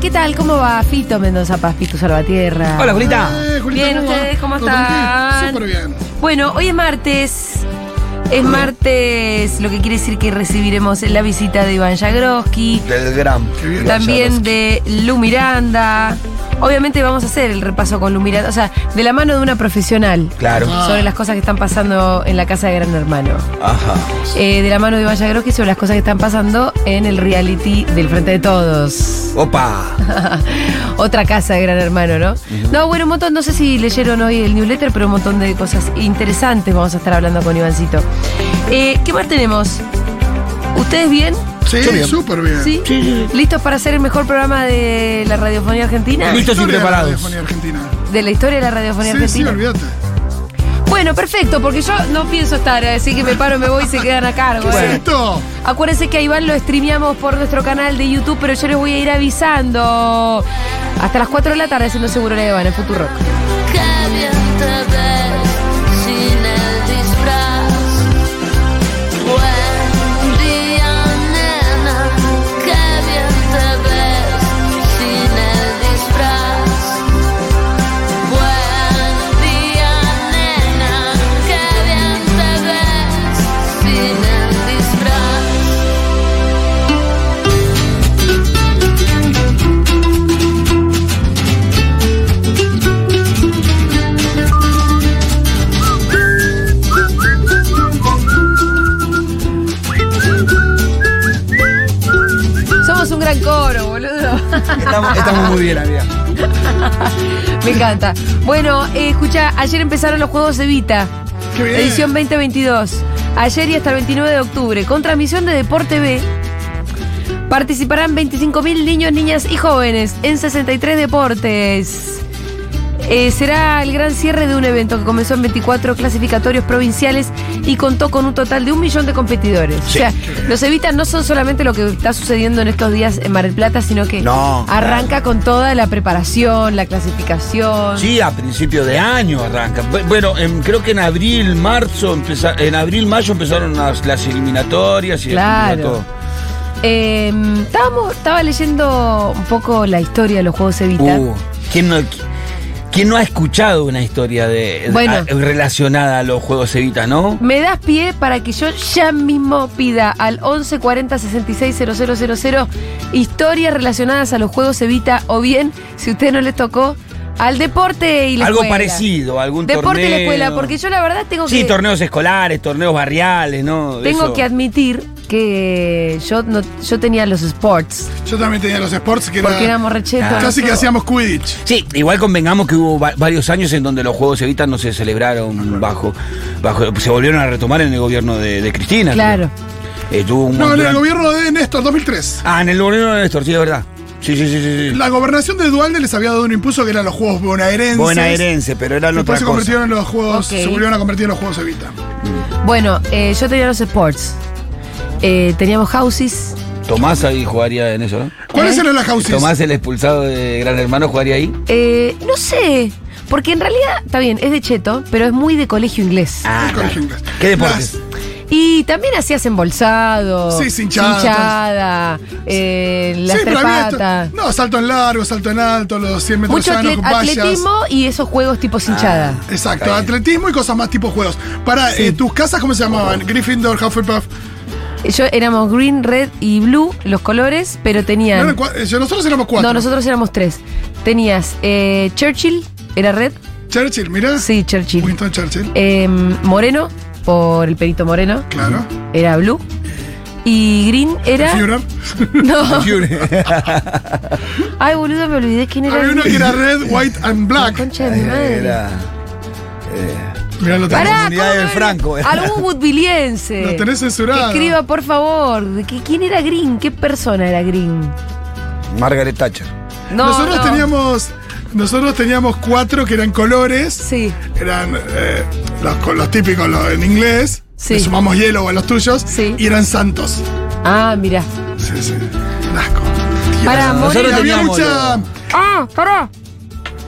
¿qué tal? ¿Cómo va Fito Mendoza Paz, Fito Salvatierra? Hola, Julita. Eh, Julita, Bien, va? ¿ustedes cómo ¿Todo tranqui? están? Súper bien. Bueno, hoy es martes. Es martes, lo que quiere decir que recibiremos la visita de Iván Jagroski, Del Gram. Qué bien. también de Lu Miranda. Obviamente vamos a hacer el repaso con Lu Miranda, o sea, de la mano de una profesional Claro. Ah. sobre las cosas que están pasando en la casa de Gran Hermano. Ajá. Eh, de la mano de Iván Jagroski sobre las cosas que están pasando en el reality del Frente de Todos. Opa. Otra casa de Gran Hermano, ¿no? No, bueno, un montón, no sé si leyeron hoy el newsletter, pero un montón de cosas interesantes vamos a estar hablando con Ivancito. Eh, ¿Qué más tenemos? ¿Ustedes bien? Yo Sí, bien. súper bien. ¿Sí? ¿Listos para hacer el mejor programa de la radiofonía argentina? Listos y Historia de la preparados. radiofonía argentina. ¿De la historia de la radiofonía Sí, sí, argentina? olvídate. bueno, perfecto, porque yo no pienso estar, así que me paro, me voy y se quedan a cargo. ¿Qué ¿eh? es esto? Acuérdense que a Iván lo streameamos por nuestro canal de YouTube, pero yo les voy a ir avisando. Hasta las 4 de la tarde, siendo seguro la de Iván en Futuro. Qué bien te ves sin el disfraz. Buen día, nena. Qué bien te ves sin el disfraz. Buen día, nena. Qué bien te ves sin el disfraz. Somos un gran coro, boludo. Estamos, estamos muy bien, amiga. Me encanta. Bueno, eh, escucha, ayer empezaron los Juegos Evita, Qué bien. edición 2022. Ayer y hasta el 29 de octubre, con transmisión de Deporte B. Participarán 25.000 niños, niñas y jóvenes en 63 deportes. Eh, será el gran cierre de un evento que comenzó en 24 clasificatorios provinciales y contó con un total de un millón de competidores. O sea, los Evita no son solamente lo que está sucediendo en estos días en Mar del Plata, sino que No, arranca con toda la preparación, la clasificación. Sí, a principio de año arranca. Bu- Bueno, em, creo que en abril, marzo, empeza- en abril, mayo empezaron las, las eliminatorias y Claro. todo. Eh, estábamos, estaba leyendo un poco la historia de los Juegos Evita. Uh, ¿quién, no, quién no ha escuchado una historia de, de- Bueno. a- relacionada a los Juegos Evita, no? Me das pie para que yo ya mismo pida al 11 40 66 000 historias relacionadas a los Juegos Evita o bien, si a usted no les tocó, al deporte y la Algo escuela. parecido, algún Deporte torneo. y la escuela, porque yo la verdad tengo Sí, que... torneos escolares, torneos barriales, ¿no? Tengo Eso. que admitir que yo no, yo tenía los sports, Yo también tenía los sports que era- porque éramos rechetos. Ah. Casi que hacíamos Quidditch. Sí, igual convengamos que hubo va- varios años en donde los Juegos Evita no se celebraron bajo, bajo se volvieron a retomar en el gobierno de, de Cristina. Claro. Eh, tuvo un No, en el durante- gobierno de Néstor, 2003. Ah, en el gobierno de Néstor, sí, es verdad. Sí, sí, sí, sí. sí. La gobernación de Dualde les había dado un impulso que eran los juegos bonaerenses. Bonaerense, pero eran Después otra se cosa. convirtieron en los juegos, Ok. se volvieron a convertir en los juegos Evita. Bueno, eh, yo tenía los sports. Eh, teníamos houses. Tomás ahí jugaría en eso, ¿no? ¿Cuáles eran las houses? Tomás, el expulsado de Gran Hermano, jugaría ahí. Eh, no sé, porque en realidad, está bien, es de cheto, pero es muy de colegio inglés. Ah, El colegio inglés. Ah, ¿Qué deportes? Y también hacías embolsado, Sí, sí, hinchada, hinchada, eh, las Sí, tres pero había esto- patas. No, salto en largo, salto en alto, los 100 metros Mucho llanos, atle- con vallas. atletismo y esos juegos tipo hinchada. Exacto, Está bien. atletismo y cosas más tipo juegos. Para, eh, ¿tus casas cómo se llamaban? Gryffindor, Hufflepuff. Ah. Yo éramos green, red y blue, los colores, pero No tenían... eran cua- eh, yo- nosotros éramos cuatro. No, nosotros éramos tres. Tenías eh, Churchill, era red. Churchill, mirá. Sí, Churchill. Winston Churchill. Em, Moreno, por el perito Moreno, Claro. era blue. Y Green era. Führer. No. Era- Ay, boludo, me olvidé quién era. Había uno que Green. era red, white and La black. concha de mi madre. Mirá, lo tenés, Pará, comunidad ¿cómo de no? Franco, era. Algún woodviliense. lo tenés Que censurado. escriba, por favor. ¿De qué- ¿Quién era Green? ¿Qué persona era Green? Margaret Thatcher. No, nosotros no. teníamos. Nosotros teníamos cuatro que eran colores. Sí. Eran eh, los, co- los típicos los- en inglés. Sí. Le sumamos hielo a los tuyos. Sí. Y eran santos. Ah, mira. Sí, sí. Un asco. Para Dios. morir. Nosotros Había teníamos mucha. los- ¡Ah, pará!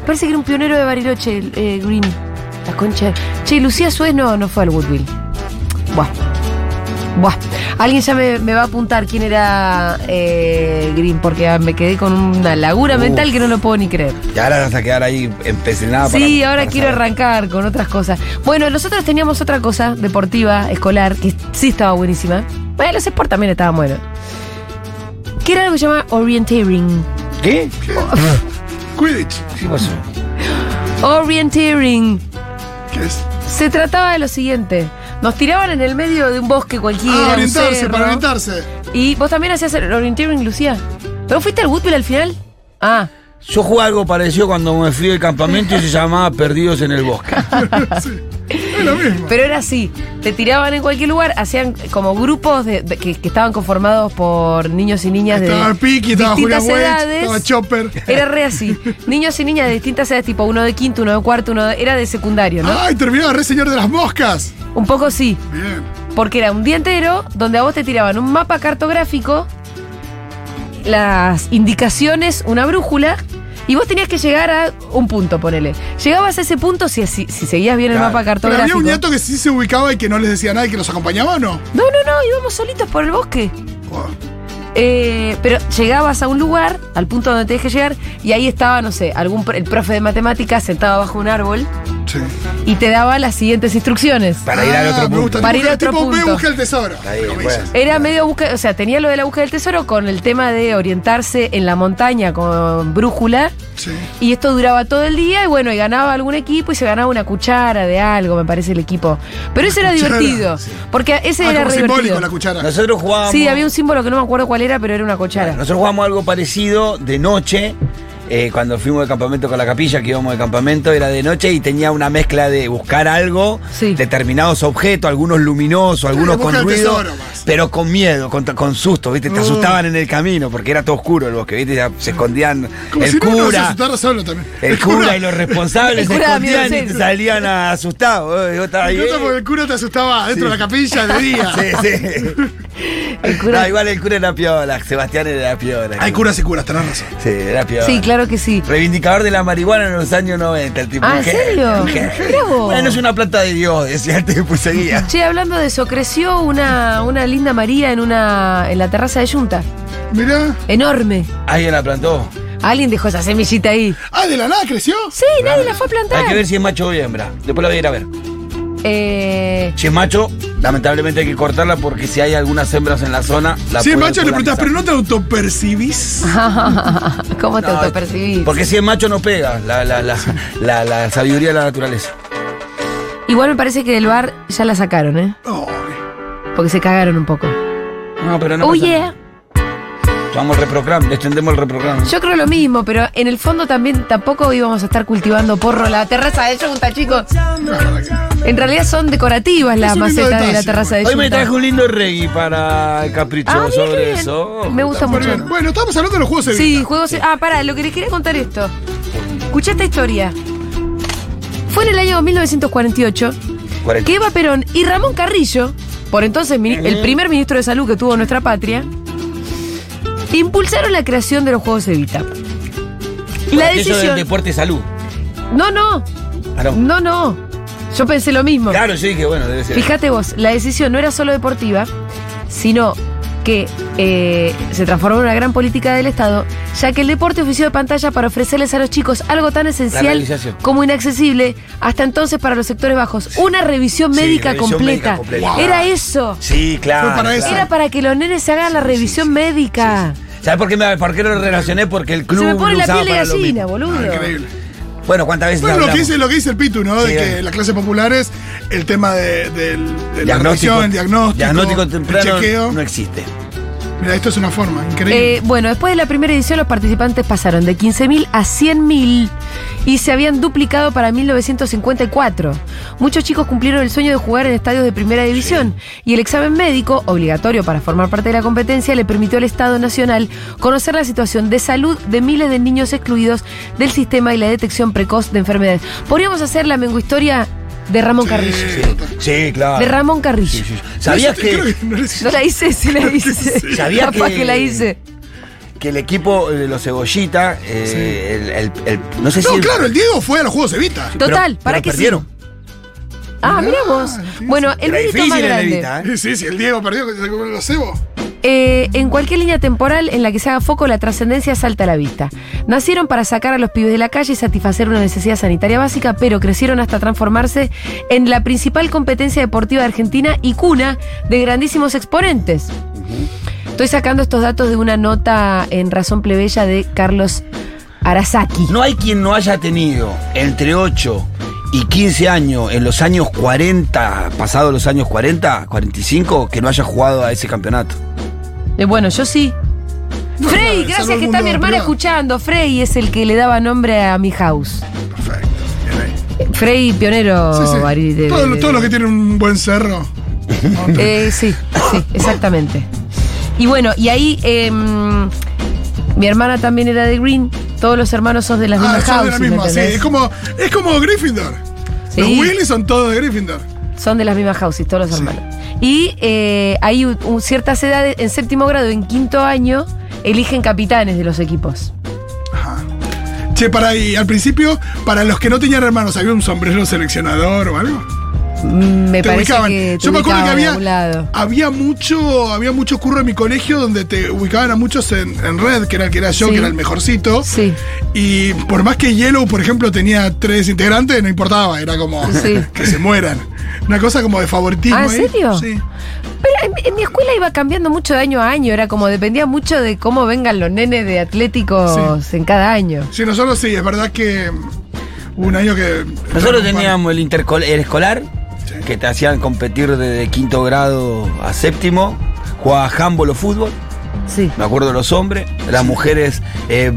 Parece que era un pionero de Bariloche, el, eh, Green. La concha. Che, Lucía Suez no, no fue al Woodville. Buah. Buah, alguien ya me, me va a apuntar quién era eh, Green, porque ah, me quedé con una lagura mental que no lo puedo ni creer. Y ahora vas a quedar ahí empecinada para- Sí, ahora para quiero saber. arrancar con otras cosas. Bueno, nosotros teníamos otra cosa deportiva, escolar, que sí estaba buenísima. Bueno, los sports también estaban buenos. Que era algo que se llama orienteering. ¿Qué? Quidditch, ¿Qué pasó? Orienteering. ¿qué es? Se trataba de lo siguiente. Nos tiraban en el medio de un bosque cualquiera. Ah, un orientarse, cerro. para orientarse. Y vos también hacías el orienteering, Lucía. ¿Pero fuiste al Woodville al final? Ah. Yo jugué algo parecido cuando me fui del campamento y se llamaba Perdidos en el Bosque. Es lo mismo. Pero era así, te tiraban en cualquier lugar, hacían como grupos de, de- que, que estaban conformados por niños y niñas de Estaba Piki, estaba Julia Eh, distintas Wedge, edades. estaba Chopper. Era re así, niños y niñas de distintas edades, tipo uno de quinto, uno de cuarto, uno de... Era de secundario, ¿no? ¡Ay, terminaba re señor de las moscas! Un poco sí, Bien. porque era un día entero donde a vos te tiraban un mapa cartográfico, las indicaciones, una brújula. Y vos tenías que llegar a un punto, ponele. Llegabas a ese punto si, si, si seguías bien el Claro. mapa Pero cartográfico. había un nieto que sí se ubicaba y que no les decía nada y que los acompañaba o no. No, no, no, íbamos solitos por el bosque. Oh, Eh, pero llegabas a un lugar, al punto donde tenías que llegar, y ahí estaba, no sé, algún pro- el profe de matemáticas sentado bajo un árbol sí. y te daba las siguientes instrucciones. Para ir al Ah, otro me punto. gusta. Para tipo, ir a otro tipo, ve, punto. busca el tesoro. Ahí, Comillas. bueno. Era medio búsqueda, o sea, tenía lo de la búsqueda del tesoro con el tema de orientarse en la montaña con brújula. Sí. Y esto duraba todo el día y bueno, y ganaba algún equipo y se ganaba una cuchara de algo, me parece el equipo. Pero eso era cuchara, divertido, porque ese Ah, era como re simbólico la divertido. cuchara. Nosotros jugábamos. Sí, había un símbolo que no me acuerdo cuál era, pero era una cuchara. Nosotros jugamos algo parecido de noche. eh, cuando fuimos de campamento con la capilla, que íbamos de campamento, era de noche y tenía una mezcla de buscar algo, Sí. determinados objetos, algunos luminosos, algunos busca con el ruido, tesoro más. Mm. pero con miedo, con, con susto, ¿viste? Te asustaban en el camino porque era todo oscuro el bosque, ¿viste? Ya Se escondían Como el si no nos cura. asustara solo también. el cura y los responsables El se cura da miedo, escondían y sí. te salían a- asustados. eh, yo estaba Me ahí, encanta porque el cura te asustaba dentro de la capilla de día. eh, sí, sí. El cura- No, igual el cura era piola, Sebastián era piola. Hay curas y curas, tenés razón. Sí, era piola. Sí, claro que sí. Reivindicador de la marihuana en los años 90, el tipo. Ah, ¿en ¿qué? serio? ¿Qué? Mirá vos. Bueno, es una planta de Dios, decía el tipo, y seguía. Che, hablando de eso, creció una, una linda María en una en la terraza de Junta. Mirá. Enorme. ¿Alguien la plantó? Alguien dejó esa semillita ahí. Ah, de la nada creció. Sí, nadie la fue a plantar. Hay que ver si es macho o hembra. Después la voy a ir a ver. Eh, Si es macho, lamentablemente hay que cortarla porque si hay algunas hembras en la zona, la Ah, Si es pueden macho, le preguntás, polinizar. pero no te autopercibís. ¿Cómo te No, autopercibís? Porque si es macho no pega la, la, la, la, la sabiduría de la naturaleza. Igual me parece que del bar ya la sacaron, ¿eh? Oh, Porque se cagaron un poco. No, pero no. oh, pasa yeah. nada. Vamos al reprograma, le extendemos el reprograma. Yo creo lo mismo, pero en el fondo también tampoco íbamos a estar cultivando porro la terraza de Junta, chicos. En realidad son decorativas las Es un lindo macetas de la detalle, terraza de Hoy me Junta. traje un lindo reggae para el capricho Ah, bien, sobre bien. eso. Me gusta Muy mucho. bien. Bueno, estamos hablando de los juegos de Sí, vida. juegos. Ah, pará, lo que les quería contar esto. Escuché esta historia. Fue en el año 1948 Cuarenta. que Eva Perón y Ramón Carrillo, por entonces mini- el primer ministro de salud que tuvo nuestra patria, impulsaron la creación de los Juegos Evita. Y la Aquello del decisión. deporte y salud. No, no, Ah, no. no, no. Yo pensé lo mismo. Claro, yo dije, bueno, debe ser. Fíjate vos, la decisión no era solo deportiva, sino que eh, se transformó en una gran política del Estado, ya que el deporte ofició de pantalla para ofrecerles a los chicos algo tan esencial realización. como inaccesible hasta entonces para los sectores bajos. Una revisión Sí, médica revisión completa. médica completa. Era eso. Sí, claro. Fue para eso. Era para que los nenes se hagan la revisión médica. ¿Sabes por qué, me, por qué lo relacioné? Porque el club. Se me pone lo la usaba piel de para lo gallina, mismo. Ah, boludo. Ah, Increíble. Bueno, ¿cuántas veces Bueno, lo hablamos? que, dice, lo que dice el Pitu, ¿no? Sí, de que eh. las clases populares, el tema de, del- de la revisión, el diagnóstico, Diagnóstico temprano el chequeo. no existe. Mira, esto es una forma, increíble. Eh, bueno, después de la primera edición los participantes pasaron de 15.000 a 100.000 y se habían duplicado para 1954. Muchos chicos cumplieron el sueño de jugar en estadios de primera división y el examen médico, obligatorio para formar parte de la competencia, le permitió al Estado Nacional conocer la situación de salud de miles de niños excluidos del sistema y la detección precoz de enfermedades. Podríamos hacer la menguhistoria de Ramón Carrillo. Sí. Sí, De claro. Ramón Carrillo. ¿Sabías Yo te- creo que, Eh, no les- No la hice, sí la hice. Sabía Capaz que- que la hice. que el equipo de los Cebollita, eh, el, el- el- no sé si. No, claro, el Diego fue a los Juegos Evita. Total, pero ¿para la qué sí? perdieron. Ah, mirá vos. Bueno, el Era mérito más difícil el grande. Evita, ¿eh? Sí, sí, sí, el Diego perdió, que se comió los cebos. Eh, en cualquier línea temporal en la que se haga foco, la trascendencia salta a la vista. Nacieron para sacar a los pibes de la calle y satisfacer una necesidad sanitaria básica, pero crecieron hasta transformarse en la principal competencia deportiva de Argentina y cuna de grandísimos exponentes. Estoy sacando estos datos de una nota en Razón Plebeya de Carlos Arasaki. No hay quien no haya tenido entre 8 y 15 años, en los años 40, pasados los años 40, 45, que no haya jugado a ese campeonato. Eh, bueno, yo sí. Frey, no, gracias salvó el que mundo está mi del hermana privado. escuchando. Frey es el que le daba nombre a mi house. Perfecto. bien ahí. Frey, pionero. Sí, sí. Ari, Oh, de- Todo, de- lo- todo lo que tiene un buen cerro. Eh, sí, sí, exactamente. Y bueno, y ahí eh, mm, mi hermana también era de Green. Todos los hermanos son de las Ah, mismas son de la houses. ¿me misma, sí. entendés? Es como, es como Gryffindor. Los Sí. Willy son todos de Gryffindor. Son de las mismas houses, todos los hermanos. Y eh, hay un- un- ciertas edades, en séptimo grado, en quinto año, eligen capitanes de los equipos. Ajá. Che, para ahí, al principio, para los que no tenían hermanos, ¿había un sombrero seleccionador o algo? Mm, Me Te parece ubicaban. que te Yo me acuerdo que ubicaban de había, algún lado. había mucho había mucho curro en mi colegio donde te ubicaban a muchos en, en red, que era el que era yo, Sí. que era el mejorcito. Sí. Y por más que Yellow, por ejemplo, tenía tres integrantes, no importaba, era como Sí. que se mueran. Una cosa como de favoritismo. Ah, ¿en ahí. serio? Sí. Pero en, en mi escuela iba cambiando mucho de año a año, era como dependía mucho de cómo vengan los nenes de atléticos en cada año. Sí, nosotros sí, es verdad que hubo un año que. Nosotros teníamos el, intercol- el escolar, Sí. que te hacían competir desde quinto grado a séptimo. Jugaba handball o fútbol, Sí. me acuerdo de los hombres. Las mujeres, eh,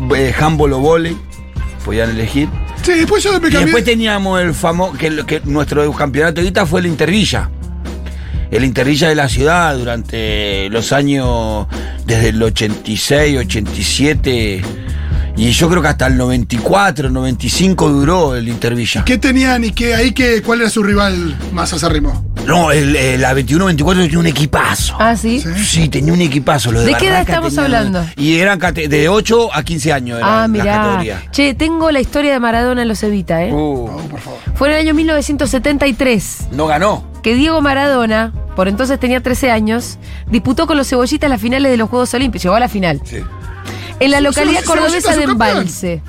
b- eh, handball o volei, podían elegir. Sí, después yo me Y cambié. después teníamos el famoso, que, lo- que nuestro campeonato ahorita fue el Intervilla. El Intervilla de la ciudad durante los años, desde el 86, 87, y yo creo que hasta el 94, 95 duró el Intervilla. ¿Qué tenían y qué ahí que cuál era su rival más acérrimo? No, el- eh, la 21-24 tenía un equipazo. Ah, sí. Sí. Sí, tenía un equipazo. Los de, ¿De qué edad Barraca estamos tenían- hablando? Y eran cate- de 8 a 15 años eran Ah, las mirá. categorías. Che, tengo la historia de Maradona en los Evita, ¿eh? Uh, Oh, por favor. Fue en el año 1973 no ganó. que Diego Maradona, por entonces tenía 13 años, disputó con los cebollitas las finales de los Juegos Olímpicos. Llegó a la final. Sí. En la Sí, localidad Cebollitas cordobesa es de un campeón. Embalse.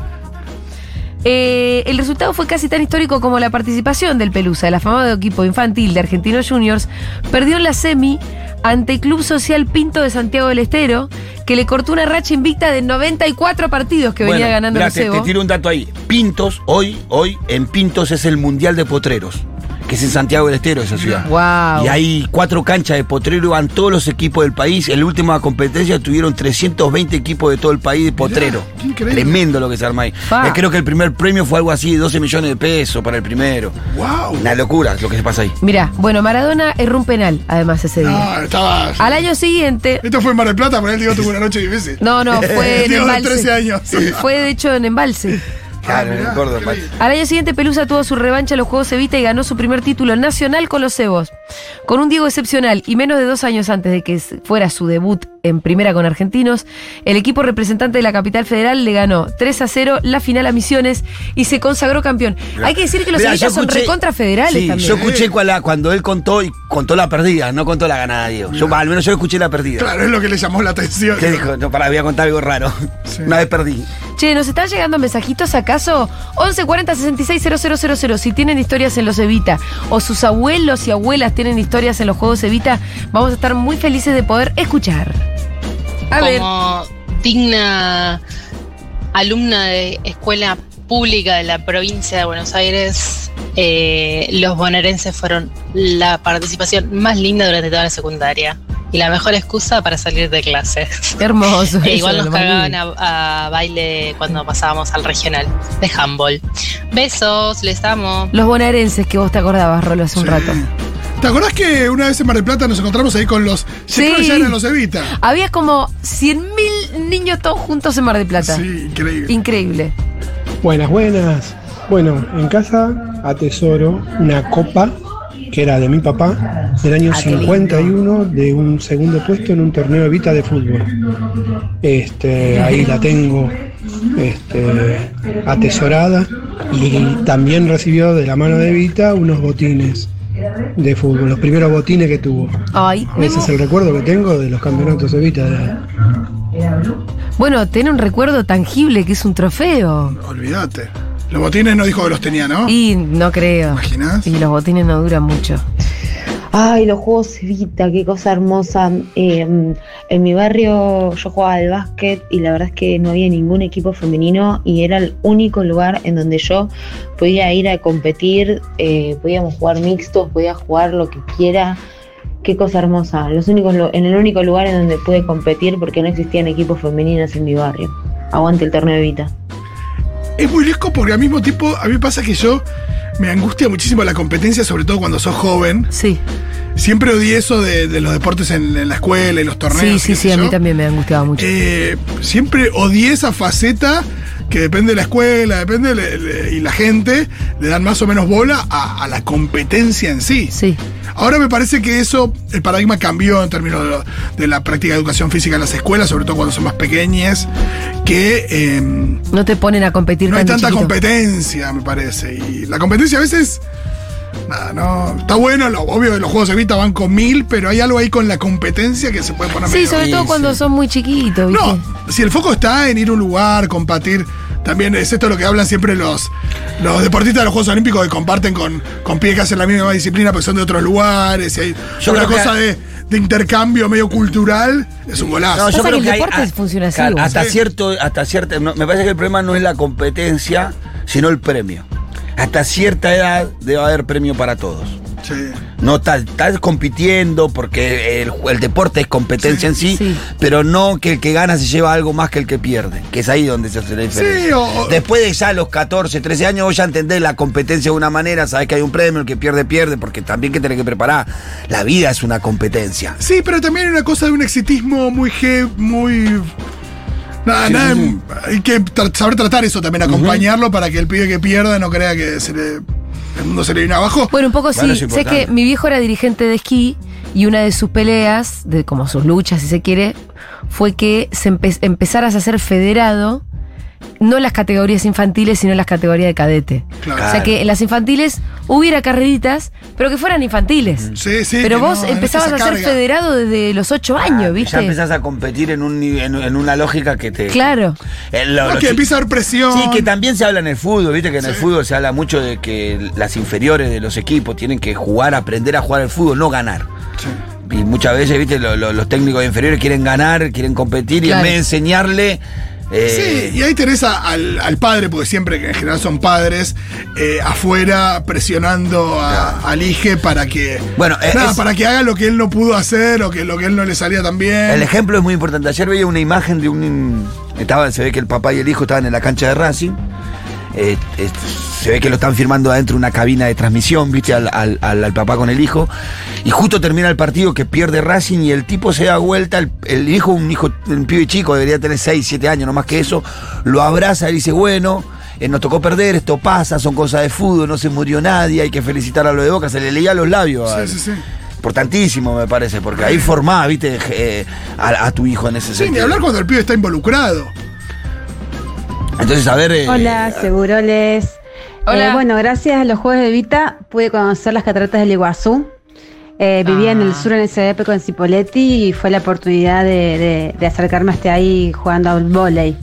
Eh, el resultado fue casi tan histórico como la participación del Pelusa, el afamado equipo infantil de Argentinos Juniors, perdió en la semi ante el Club Social Pinto de Santiago del Estero, que le cortó una racha invicta de 94 partidos que venía Bueno, ganando mirá, el te, Cebo. te tiro un dato ahí. Pintos, hoy, hoy, en Pintos es el Mundial de Potreros, que es en Santiago del Estero, esa ciudad. Wow. Y hay cuatro canchas de potrero, van todos los equipos del país. En la última competencia tuvieron 320 equipos de todo el país de potrero. qué increíble. Tremendo lo que se arma ahí. Pa. Eh, creo que el primer premio fue algo así, 12 millones de pesos para el primero. ¡Wow! Una locura lo que se pasa ahí. Mirá, bueno, Maradona erró un penal, además, ese día. No, estaba. Al año siguiente. Esto fue en Mar del Plata, pero él digo tuvo una noche difícil. No, no, fue en Diego de embalse. 13 años. Fue de hecho en embalse. Claro, Ah, mirá, me acuerdo, qué Pat. lindo. Al año siguiente, Pelusa tuvo su revancha en los Juegos Evita y ganó su primer título nacional con los Cebos. Con un Diego excepcional y menos de dos años antes de que s- fuera su debut en primera con Argentinos, el equipo representante de la capital federal le ganó 3 a 0 la final a Misiones y se consagró campeón. Hay que decir que los Mirá, Evitas yo son escuché- recontra federales sí, también. Yo escuché cuál la- cuando él contó y contó la perdida, no contó la ganada, Diego. Yo, al menos yo escuché la perdida. Claro, es lo que le llamó la atención. ¿Qué dijo? No, pará, voy a contar algo raro. Sí. Una vez perdí. Che, ¿nos están llegando mensajitos acaso? 1140 66 000. Si tienen historias en los Evita o sus abuelos y abuelas tienen historias en los juegos Evita, vamos a estar muy felices de poder escuchar. A ver. como digna alumna de escuela pública de la provincia de Buenos Aires, eh, los bonaerenses fueron la participación más linda durante toda la secundaria y la mejor excusa para salir de clases. Qué hermoso. E eso, igual lo nos más cagaban lindo. a, a baile cuando pasábamos al regional de handball. Besos, les amo. Los bonaerenses que vos te acordabas, Rolo, hace un rato. ¿Te acordás que una vez en Mar del Plata nos encontramos ahí con los. Sí. Yo creo que ya eran los Evita. Había como 100.000 niños todos juntos en Mar del Plata. Sí, increíble. Increíble. Buenas, buenas. Bueno, en casa atesoro una copa que era de mi papá del año Ah, qué lindo. 51 de un segundo puesto en un torneo Evita de fútbol. Este, ahí la tengo este, atesorada y también recibió de la mano de Evita unos botines de fútbol, los primeros botines que tuvo. Ay, me Ese es el recuerdo que tengo de los campeonatos Evita. de- Bueno, tiene un recuerdo tangible que es un trofeo. Olvídate. Los botines no dijo que los tenía, ¿no? Y no creo. ¿Imaginás? Y los botines no duran mucho. Ay, los juegos Evita, qué cosa hermosa. Eh, en mi barrio yo jugaba al básquet y la verdad es que no había ningún equipo femenino y era el único lugar en donde yo podía ir a competir, eh, podíamos jugar mixtos, podía jugar lo que quiera. Qué cosa hermosa. Los únicos, lu- en el único lugar en donde pude competir porque no existían equipos femeninos en mi barrio. Aguante el torneo Evita. Es muy riesgo porque al mismo tiempo, a mí pasa que yo me angustia muchísimo la competencia, sobre todo cuando sos joven. Sí, Siempre odié eso de, de los deportes en, en la escuela y los sí, torneos. sí, qué sé sí, a mí yo. también me angustiaba mucho. Eh, siempre odié esa faceta que depende de la escuela, depende le- le- y la gente, le dan más o menos bola a, a la competencia en sí. Sí, Ahora me parece que eso, el paradigma cambió en términos de, lo- de la práctica de educación física en las escuelas, sobre todo cuando son más pequeñas, que eh, no no te ponen a competir hay tan de tanta chiquito. competencia, me parece. Y la competencia a veces, nada, no, está bueno, lo, obvio, los juegos Evita van con mil, pero hay algo ahí con la competencia que se puede poner Sí, medio- sobre todo cuando son muy chiquitos, ¿viste? no, si el foco está en ir a un lugar, compartir. También es esto lo que hablan siempre los, los deportistas de los Juegos Olímpicos que comparten con, con pie que hacen la misma disciplina, pero son de otros lugares. Y hay Yo una creo que cosa a- de, de intercambio medio cultural. Es un golazo. Pasa que Ah, el deporte funciona así, claro, vos. hasta Sí. cierto, hasta cierta, no, me parece que el problema no es la competencia, sino el premio. Hasta cierta edad debe haber premio para todos. Sí. No tal, tal compitiendo, porque el, el deporte es competencia en sí, Sí. pero no que el que gana se lleva algo más que el que pierde, que es ahí donde se hace la diferencia. Sí, o- Después de ya los 14, 13 años, vos ya entendés la competencia de una manera, sabés que hay un premio, el que pierde, pierde, porque también que tenés que preparar. La vida es una competencia. Sí, pero también hay una cosa de un exitismo muy ge- muy. Nada, nada, Hay que tra- saber tratar eso también, acompañarlo para que el pibe que pierda no crea que se le- el mundo se le viene abajo. Bueno, un poco Bueno, sí. es Sé que importante. mi viejo era dirigente de esquí y una de sus peleas, de como sus luchas, si se quiere, fue que se empe- empezaras a ser federado, no las categorías infantiles, sino las categorías de cadete. Claro. O sea que en las infantiles hubiera carreritas, pero que fueran infantiles. Sí, Mm. sí, pero que vos no, no empezabas esa a ser carga. federado desde los ocho años, ¿viste? Ah, Ya empezás a competir en, un, ni- en, en una lógica que te. Claro. Eh, lo- No, lo Ah, que chi- empieza a haber presión. Sí, que también se habla en el fútbol, viste que en el fútbol se habla mucho de que las inferiores de los equipos tienen que jugar, aprender a jugar al fútbol, no ganar. Y muchas veces, viste, lo- lo- los técnicos de inferiores quieren ganar, quieren competir y Claro. en vez de enseñarle. eh, Sí, y ahí tenés a- al, al padre, porque siempre que en general son padres, eh, afuera presionando a- al IGE para que. Bueno, eh, nada, es- para que haga lo que él no pudo hacer o que lo que él no le salía tan bien. El ejemplo es muy importante. Ayer veía una imagen de un. Estaba, se ve que el papá y el hijo estaban en la cancha de Racing. Eh, eh, se ve que lo están firmando adentro de una cabina de transmisión, viste, al, al- al- al papá con el hijo. Y justo termina el partido que pierde Racing y el tipo se da vuelta. El, el hijo, un hijo, un pibe chico, debería tener 6, 7 años, no más que eso. Lo abraza y dice, bueno. eh, nos tocó perder, esto pasa, son cosas de fútbol, no se murió nadie, hay que felicitar a lo de Boca, se le leía los labios. al- sí, sí, sí. Importantísimo, me parece, porque ahí formás, viste, eh, a, a tu hijo en ese Sí, sentido. ni hablar cuando el pibe está involucrado. Entonces, a ver. eh, Hola, Seguroles. Hola. Eh, bueno, gracias a los Juegos de Vita pude conocer las cataratas del Iguazú. Eh, vivía en Ah. el sur en SDP con Cipoletti y fue la oportunidad de, de- de acercarme hasta ahí jugando al volei.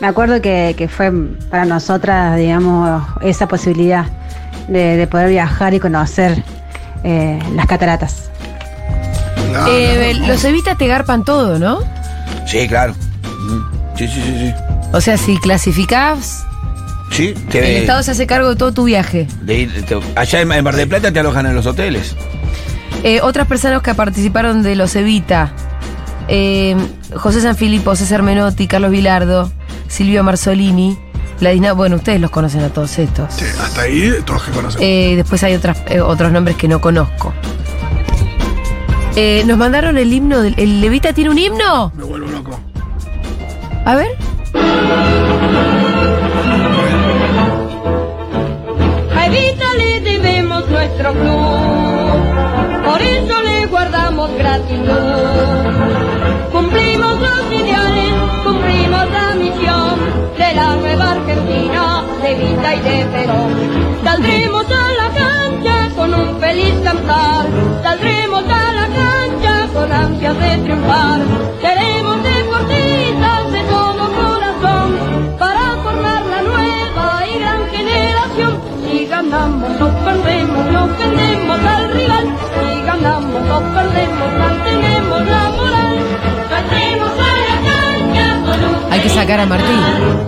Me acuerdo que, que fue para nosotras, digamos, esa posibilidad de, de poder viajar y conocer eh, las cataratas. Claro, Eh, Ah, no, no. los evitas te garpan todo, ¿no? Sí, claro. Mm, Sí, sí, sí, sí. O sea, si clasificás, Sí, el Eh. te, Estado se hace cargo de todo tu viaje. de ir- te- allá en, en Mar del Plata te alojan en los hoteles. Eh, otras personas que participaron de los Evita. eh, José Sanfilippo, César Menotti, Carlos Vilardo, Silvio Marzolini, Ladina. Bueno, ustedes los conocen a todos estos. Sí, hasta ahí todos que conocen. Eh, después hay otras, eh, otros nombres que no conozco. Eh, nos mandaron el himno del. ¿El Levita tiene un himno? Me vuelvo loco. A ver. A Evita le debemos nuestro club, por eso le guardamos gratitud. Cumplimos los ideales, cumplimos la misión de la nueva Argentina, de vida y de Perú. entero. Saldremos a la cancha con un feliz cantar, saldremos a la cancha con ansias de triunfar. Seremos deportistas de todo corazón para formar la nueva y gran generación. Si ganamos o perdemos, no perdemos al rival. Si ganamos o perdemos, mantenemos la moral. Saldremos a la cancha con un Hay que sacar a Martín.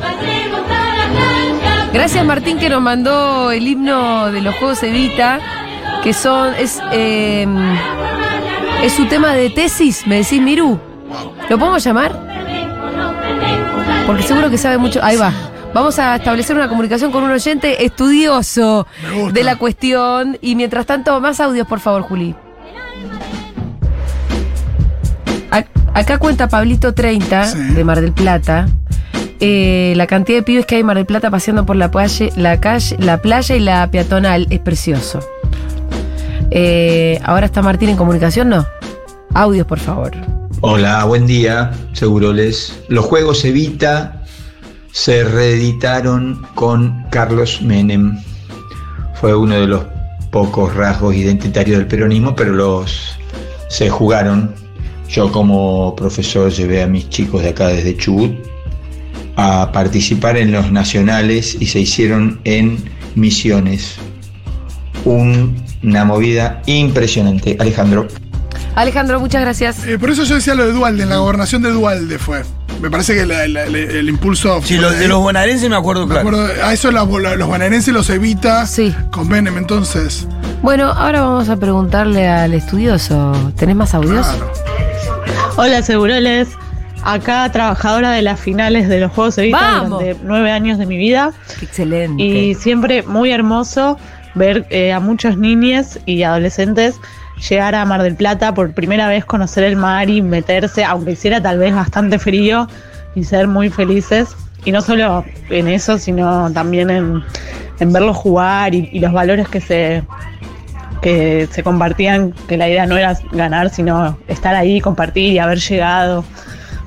Saldremos a la cancha. Gracias Martín que nos mandó el himno de los Juegos Evita, que son, es, eh, es su tema de tesis, me decís Miru. ¿Lo podemos llamar? Porque seguro que sabe mucho. Ahí va. Vamos a establecer una comunicación con un oyente estudioso de la cuestión. Y mientras tanto, más audios, por favor, Juli. Ac- Acá cuenta Pablito 30 de Mar del Plata. Eh, la cantidad de pibes que hay en Mar del Plata paseando por la calle, la calle, la playa y la peatonal es precioso. Eh, ahora está Martín en comunicación, ¿no? Audios, por favor. Hola, buen día, Seguroles. Los juegos Evita se reeditaron con Carlos Menem. Fue uno de los pocos rasgos identitarios del peronismo, pero los se jugaron. Yo como profesor llevé a mis chicos de acá desde Chubut a participar en los nacionales y se hicieron en misiones. Un- una movida impresionante. Alejandro. Alejandro, muchas gracias. Eh, por eso yo decía lo de Dualde, en la gobernación de Dualde fue. Me parece que la- la- la- el impulso. Sí, lo- de los bonaerenses me acuerdo, Me claro. acuerdo, a eso la- la- los bonaerenses los evita con Menem, entonces. Bueno, ahora vamos a preguntarle al estudioso. ¿Tenés más audios? Ah. Hola, Seguroles. Acá trabajadora de las finales de los Juegos Evita ¡Vamos! durante nueve años de mi vida. Excelente. Y siempre muy hermoso ver eh, a muchos niños y adolescentes llegar a Mar del Plata por primera vez, conocer el mar y meterse, aunque hiciera tal vez bastante frío, y ser muy felices. Y no solo en eso, sino también en, en verlos jugar y- y los valores que se, que se compartían, que la idea no era ganar, sino estar ahí, compartir y haber llegado.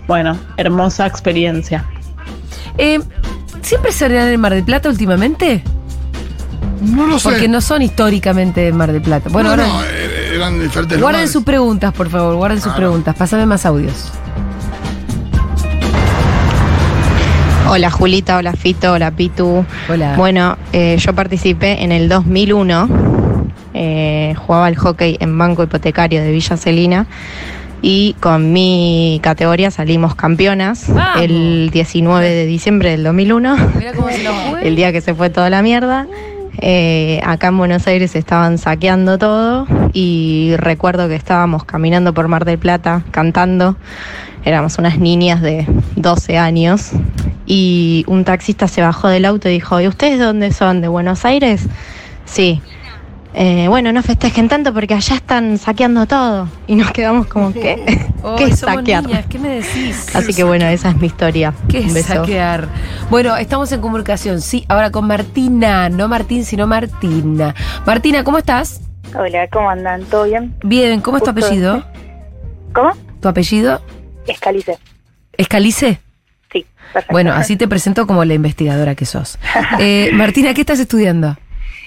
Bueno, hermosa experiencia. Eh, ¿Siempre se en el Mar del Plata últimamente? No lo sé. Porque no son históricamente de Mar del Plata. Bueno, no, no, ahora. er- eran diferentes Guarden lugares. sus preguntas, por favor, guarden sus preguntas. Pásame más audios. Hola Julita, hola Fito, hola Pitu. Hola. Bueno, eh, yo participé en el 2001, eh, jugaba al hockey en Banco Hipotecario de Villa Celina y con mi categoría salimos campeonas ¡Vamos! el 19 de diciembre del 2001, Mira cómo se los jugué. el día que se fue toda la mierda. Eh, acá en Buenos Aires estaban saqueando todo y recuerdo que estábamos caminando por Mar del Plata cantando. Éramos unas niñas de 12 años y un taxista se bajó del auto y dijo, ¿y ustedes de dónde son? ¿De Buenos Aires? Sí. "Eh, bueno, no festejen tanto porque allá están saqueando todo. Y nos quedamos como, ¿qué? ¿Qué Hoy es somos saquear? niñas, ¿Qué me decís? Así que bueno, esa es mi historia. ¿Qué Un es beso. saquear? Bueno, estamos en comunicación, sí, ahora con Martina, no Martín, sino Martina. Martina, ¿cómo estás? Hola, ¿cómo andan? ¿Todo bien? Bien, ¿cómo es tu Justo- apellido? este. ¿Cómo? ¿Tu apellido? Escalice. ¿Escalice? Sí, perfecto. Bueno, así te presento como la investigadora que sos. Eh, Martina, ¿qué estás estudiando?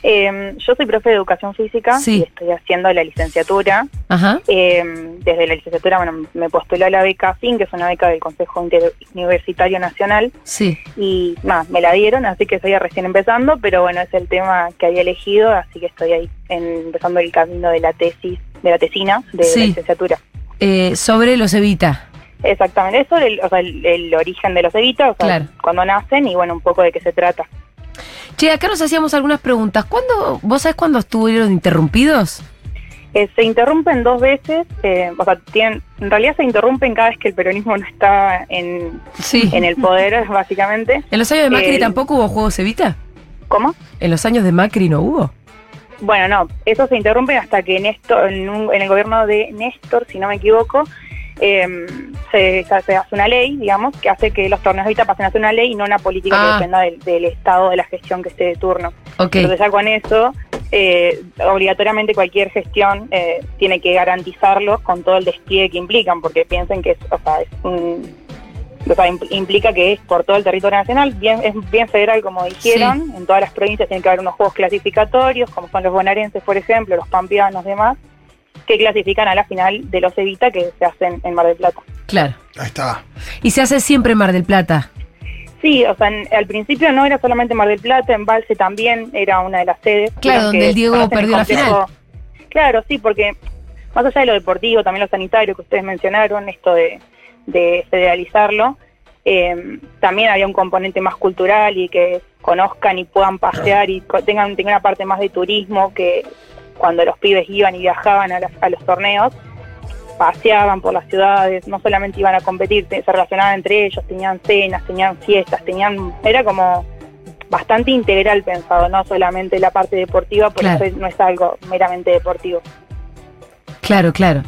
Eh, yo soy profe de educación física Sí. y estoy haciendo la licenciatura. Ajá. Eh, desde la licenciatura, bueno, me postuló a la beca FIN, que es una beca del Consejo Interuniversitario Nacional. Sí. Y más, me la dieron, así que estoy recién empezando, pero bueno, es el tema que había elegido, así que estoy ahí en- empezando el camino de la tesis, de la tesina, de Sí. la licenciatura. Eh, sobre los Evita. Exactamente, eso, el, o sea, el, el origen de los evitas, o sea, Claro. cuando nacen y bueno, un poco de qué se trata. Che, acá nos hacíamos algunas preguntas. ¿Cuándo, ¿Vos sabés cuándo estuvieron interrumpidos? Eh, se interrumpen dos veces, eh, o sea, tienen, en realidad se interrumpen cada vez que el peronismo no está en, Sí. en el poder, básicamente. ¿En los años de Macri El- tampoco hubo juegos Evita? ¿Cómo? ¿En los años de Macri no hubo? Bueno, no, eso se interrumpe hasta que Néstor, en, un- en el gobierno de Néstor, si no me equivoco, eh, se, se hace una ley, digamos, que hace que los torneos ahorita pasen a ser una ley y no una política Ah. que dependa del, del estado de la gestión que esté de turno. Ok. Entonces ya con eso, eh, obligatoriamente cualquier gestión eh, tiene que garantizarlos con todo el despliegue que implican, porque piensen que es, o sea, es un o sea, impl- implica que es por todo el territorio nacional, bien, es bien federal como dijeron, en todas las provincias tienen que haber unos juegos clasificatorios, como son los bonaerenses, por ejemplo, los pampeanos, demás, que clasifican a la final de los Evita que se hacen en Mar del Plata. Claro. Ahí está. Y se hace siempre en Mar del Plata. Sí, o sea, en- al principio no era solamente Mar del Plata, en Balse también era una de las sedes. Claro, Vieron donde que el Diego conocen perdió la complejo- Claro, sí, porque más allá de lo deportivo, también lo sanitario que ustedes mencionaron, esto de, de federalizarlo, eh, también había un componente más cultural y que conozcan y puedan pasear y co- tengan, tengan una parte más de turismo que cuando los pibes iban y viajaban a, las- a los torneos, paseaban por las ciudades, no solamente iban a competir, te- se relacionaban entre ellos, tenían cenas, tenían fiestas, tenían, era como bastante integral pensado, no solamente la parte deportiva, por Claro. eso no es algo meramente deportivo. Claro, claro.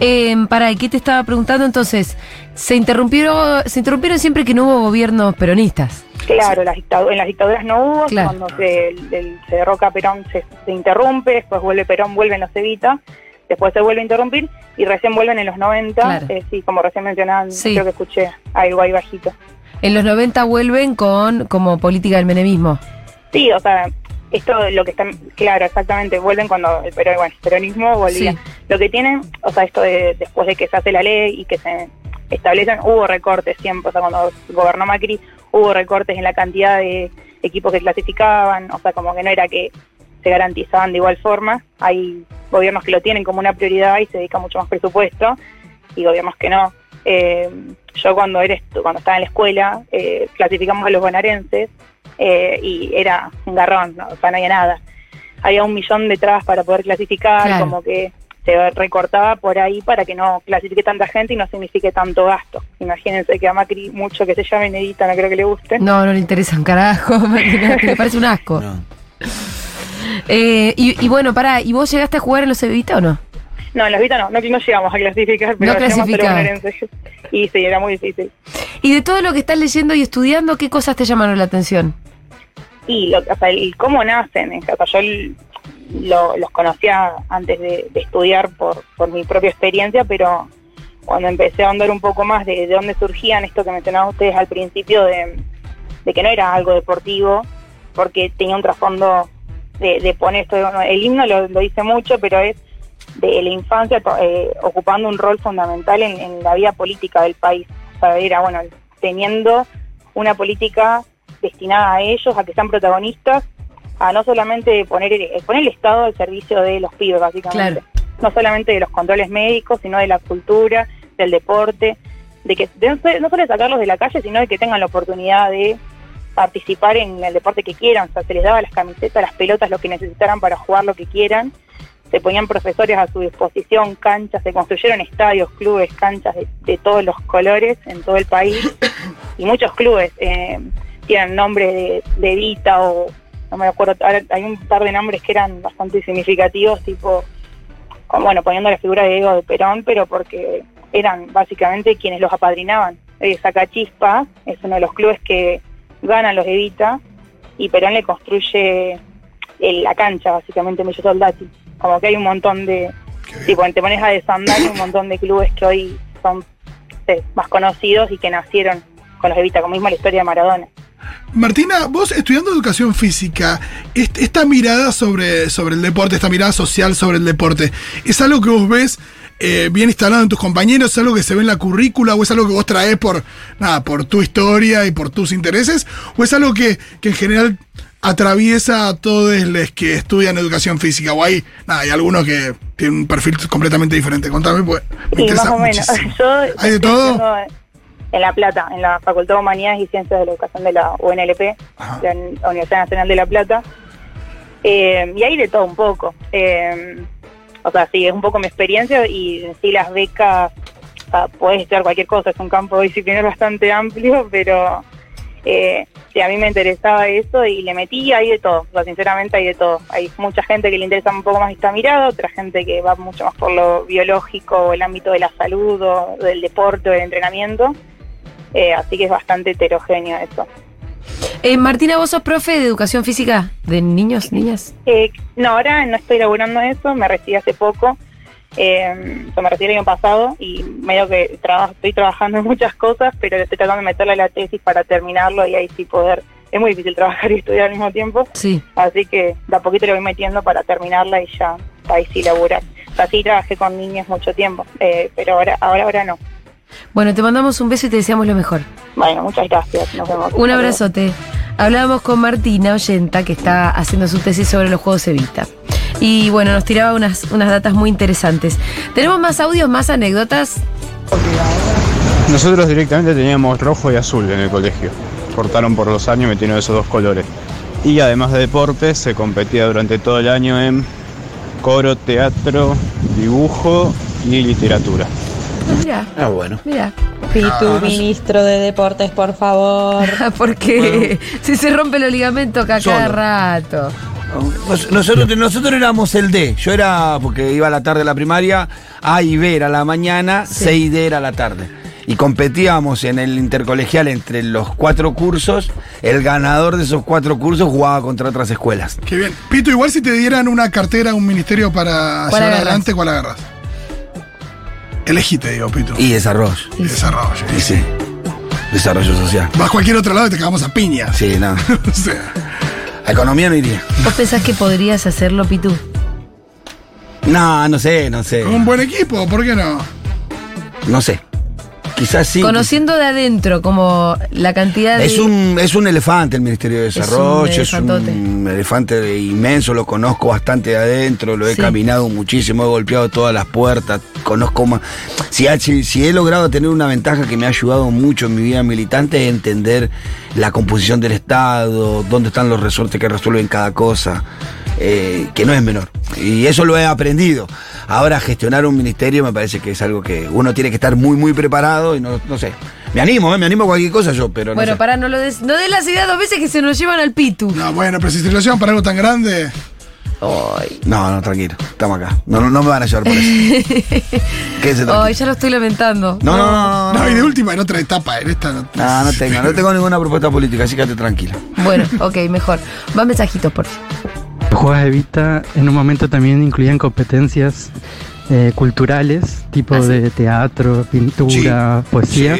Eh, para, ¿qué te estaba preguntando entonces? Se interrumpieron, se interrumpieron siempre que no hubo gobiernos peronistas. Claro, las dictadu- en las dictaduras no hubo, Claro. cuando se, el- el- se derroca Perón se, se interrumpe, después vuelve Perón, vuelven los Evita, después se vuelve a interrumpir y recién vuelven en los 90, Claro. eh, sí, como recién mencionaban, Sí. creo que escuché algo ahí bajito. En los 90 vuelven con como política del menemismo. Sí, o sea, esto de lo que están, claro, exactamente, vuelven cuando el pero, bueno, el peronismo volvía. Sí. Lo que tienen, o sea, esto de después de que se hace la ley y que se establecen, hubo recortes siempre, o sea, cuando gobernó Macri hubo recortes en la cantidad de equipos que clasificaban, o sea, como que no era que se garantizaban de igual forma. Hay gobiernos que lo tienen como una prioridad y se dedica mucho más presupuesto y gobiernos que no. Eh, yo cuando era estu- cuando estaba en la escuela eh, clasificamos a los bonaerenses eh, y era un garrón, ¿no? o sea, no había nada. Había un millón de trabas para poder clasificar, Claro. como que se recortaba por ahí para que no clasifique tanta gente y no signifique tanto gasto. Imagínense que a Macri mucho que se llame Nedita, no creo que le guste. No, no le interesa un carajo, imagínate, me parece un asco. Eh, y, y bueno, para, ¿y vos llegaste a jugar en los Evita o no? No, en los Vita no, no, no llegamos a clasificar, pero No llegamos a los clasificaron. bonaerenses. Y sí, era muy difícil. Y de todo lo que estás leyendo y estudiando, ¿qué cosas te llamaron la atención? y lo, o sea, el cómo nacen. eh, O sea, yo el- lo- los conocía antes de, de estudiar por, por mi propia experiencia, pero cuando empecé a ahondar un poco más de, de dónde surgían esto que mencionaban ustedes al principio, de, de que no era algo deportivo, porque tenía un trasfondo de, de poner esto. bueno, el himno lo, lo dice mucho, pero es de la infancia to- eh, ocupando un rol fundamental en, en la vida política del país. O sea, era, bueno, teniendo una política destinada a ellos, a que sean protagonistas, a no solamente poner el, poner el Estado al servicio de los pibes, básicamente. No solamente de los controles médicos, sino de la cultura, del deporte, de que de- no solo de sacarlos de la calle, sino de que tengan la oportunidad de participar en el deporte que quieran. O sea, se les daba las camisetas, las pelotas, lo que necesitaran para jugar lo que quieran. Se ponían profesores a su disposición, canchas, se construyeron estadios, clubes, canchas de, de todos los colores en todo el país. Y muchos clubes eh, tienen nombres de, de Vita o no me acuerdo, ahora hay un par de nombres que eran bastante significativos, tipo, como, bueno, poniendo la figura de Diego de Perón, pero porque eran básicamente quienes los apadrinaban. Eh, Sacachispa es uno de los clubes que ganan los Evita y Perón le construye el- la cancha, básicamente, Mello Soldati. Como que hay un montón de. Si cuando te pones a desandar, hay un montón de clubes que hoy son eh, más conocidos y que nacieron con los Evita, como mismo la historia de Maradona. Martina, vos estudiando educación física, est- esta mirada sobre, sobre el deporte, esta mirada social sobre el deporte, ¿es algo que vos ves eh, bien instalado en tus compañeros? ¿Es algo que se ve en la currícula? ¿O es algo que vos traes por, nada, por tu historia y por tus intereses? ¿O es algo que, que en general atraviesa a todos los que estudian educación física? ¿O hay, nada, hay algunos que tienen un perfil completamente diferente? Contame, pues. Me Sí, interesa más o menos. muchísimo. Yo ¿Hay de estoy todo? estudiando En La Plata, en la Facultad de Humanidades y Ciencias de la Educación de la UNLP, la Uni- Universidad Nacional de La Plata. Eh, y hay de todo un poco. Eh, o sea, sí, es un poco mi experiencia y en sí las becas, o sea, puedes estudiar cualquier cosa, es un campo disciplinar bastante amplio, pero eh, sí, a mí me interesaba eso y le metí, hay de todo, o sea, sinceramente hay de todo. Hay mucha gente que le interesa un poco más esta mirada, otra gente que va mucho más por lo biológico o el ámbito de la salud o del deporte o del entrenamiento, Eh, así que es bastante heterogéneo eso. Eh, Martina, ¿vos sos profe de educación física de niños, niñas? Eh, no, ahora no estoy laburando eso, me recibí hace poco. Eh, yo me retiré el año pasado y medio que traba- estoy trabajando en muchas cosas, pero estoy tratando de meterle la tesis para terminarlo y ahí sí poder. Es muy difícil trabajar y estudiar al mismo tiempo. Sí. Así que de a poquito le voy metiendo para terminarla y ya ahí sí laburar. O sea, sí trabajé con niños mucho tiempo, eh, pero ahora, ahora, ahora no. Bueno, te mandamos un beso y te deseamos lo mejor. Bueno, muchas gracias. Nos vemos. Un abrazote. Hablábamos con Martina Oyenta, que está haciendo su tesis sobre los juegos Evita. Y bueno, nos tiraba unas, unas datas muy interesantes. ¿Tenemos más audios, más anécdotas? Nosotros directamente teníamos rojo y azul en el colegio. Cortaron por los años y metieron esos dos colores. Y además de deportes, se competía durante todo el año en coro, teatro, dibujo y literatura. Mira, Ah, bueno. mira. Ah, Pitu, ministro de deportes, por favor. Porque si se rompe los ligamentos acá cada rato. Nos- Nosotros, nosotros éramos el D. Yo era, porque iba a la tarde a la primaria, A y B era la mañana, C y D era la tarde. Y competíamos en el intercolegial entre los cuatro cursos. El ganador de esos cuatro cursos jugaba contra otras escuelas. Qué bien. Pito, igual si te dieran una cartera, un ministerio para ¿Cuál llevar agarras? adelante, ¿cuál agarras? Elegite, digo, Pito. Y desarrollo. Y desarrollo. Y sí. Desarrollo social. Vas a cualquier otro lado y te cagamos a piña. Sí, no. o sea, A economía no iría. ¿Vos pensás que podrías hacerlo, Pitu? No, no sé, no sé. con un buen equipo, ¿por qué no? No sé. Quizás sí. Conociendo de adentro como la cantidad de... Es un, es un elefante el Ministerio de un Desarrollo, es un, elefantote. elefante inmenso, lo conozco bastante de adentro, lo he Sí. caminado muchísimo, he golpeado todas las puertas, conozco más. Si, ha- si- si he logrado tener una ventaja que me ha ayudado mucho en mi vida militante es entender la composición del Estado, dónde están los resortes que resuelven cada cosa, eh, que no es menor. Y eso lo he aprendido. Ahora gestionar un ministerio me parece que es algo que uno tiene que estar muy, muy preparado y no, no sé. Me animo, eh, me animo a cualquier cosa yo, pero no sé. Bueno, pará, no lo des, no des la idea dos veces que se nos llevan al Pitu. No, bueno, pero si se lo llevan para algo tan grande. No, no, tranquilo. Estamos acá. No, no, no me van a llevar por eso. Quédense tranquilos. Ay, ya lo estoy lamentando. No, no, no, no, no. y de última, en otra etapa, en esta no. No, no tengo, no tengo ninguna propuesta política, así que quédate tranquila. Bueno, ok, mejor. Más mensajitos, por favor. Los juegos de Vita en un momento también incluían competencias eh, culturales, tipo Ah, de teatro, pintura, poesía.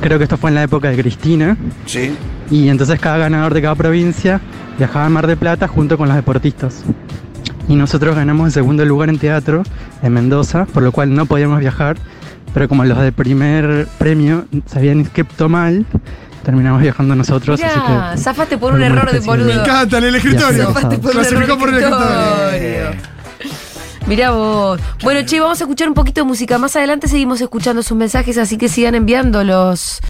Creo que esto fue en la época de Cristina. Sí. Y entonces cada ganador de cada provincia viajaba a Mar de Plata junto con los deportistas. Y nosotros ganamos el segundo lugar en teatro en Mendoza, por lo cual no podíamos viajar. Pero como los de primer premio se habían inscripto mal, terminamos viajando nosotros. así Mirá, que zafaste por un error de boludo. Me encanta, en el escritorio. Zafaste por un Clasificó error de por el escritorio. Mirá vos. Bueno, che, vamos a escuchar un poquito de música. Más adelante seguimos escuchando sus mensajes, así que sigan enviándolos.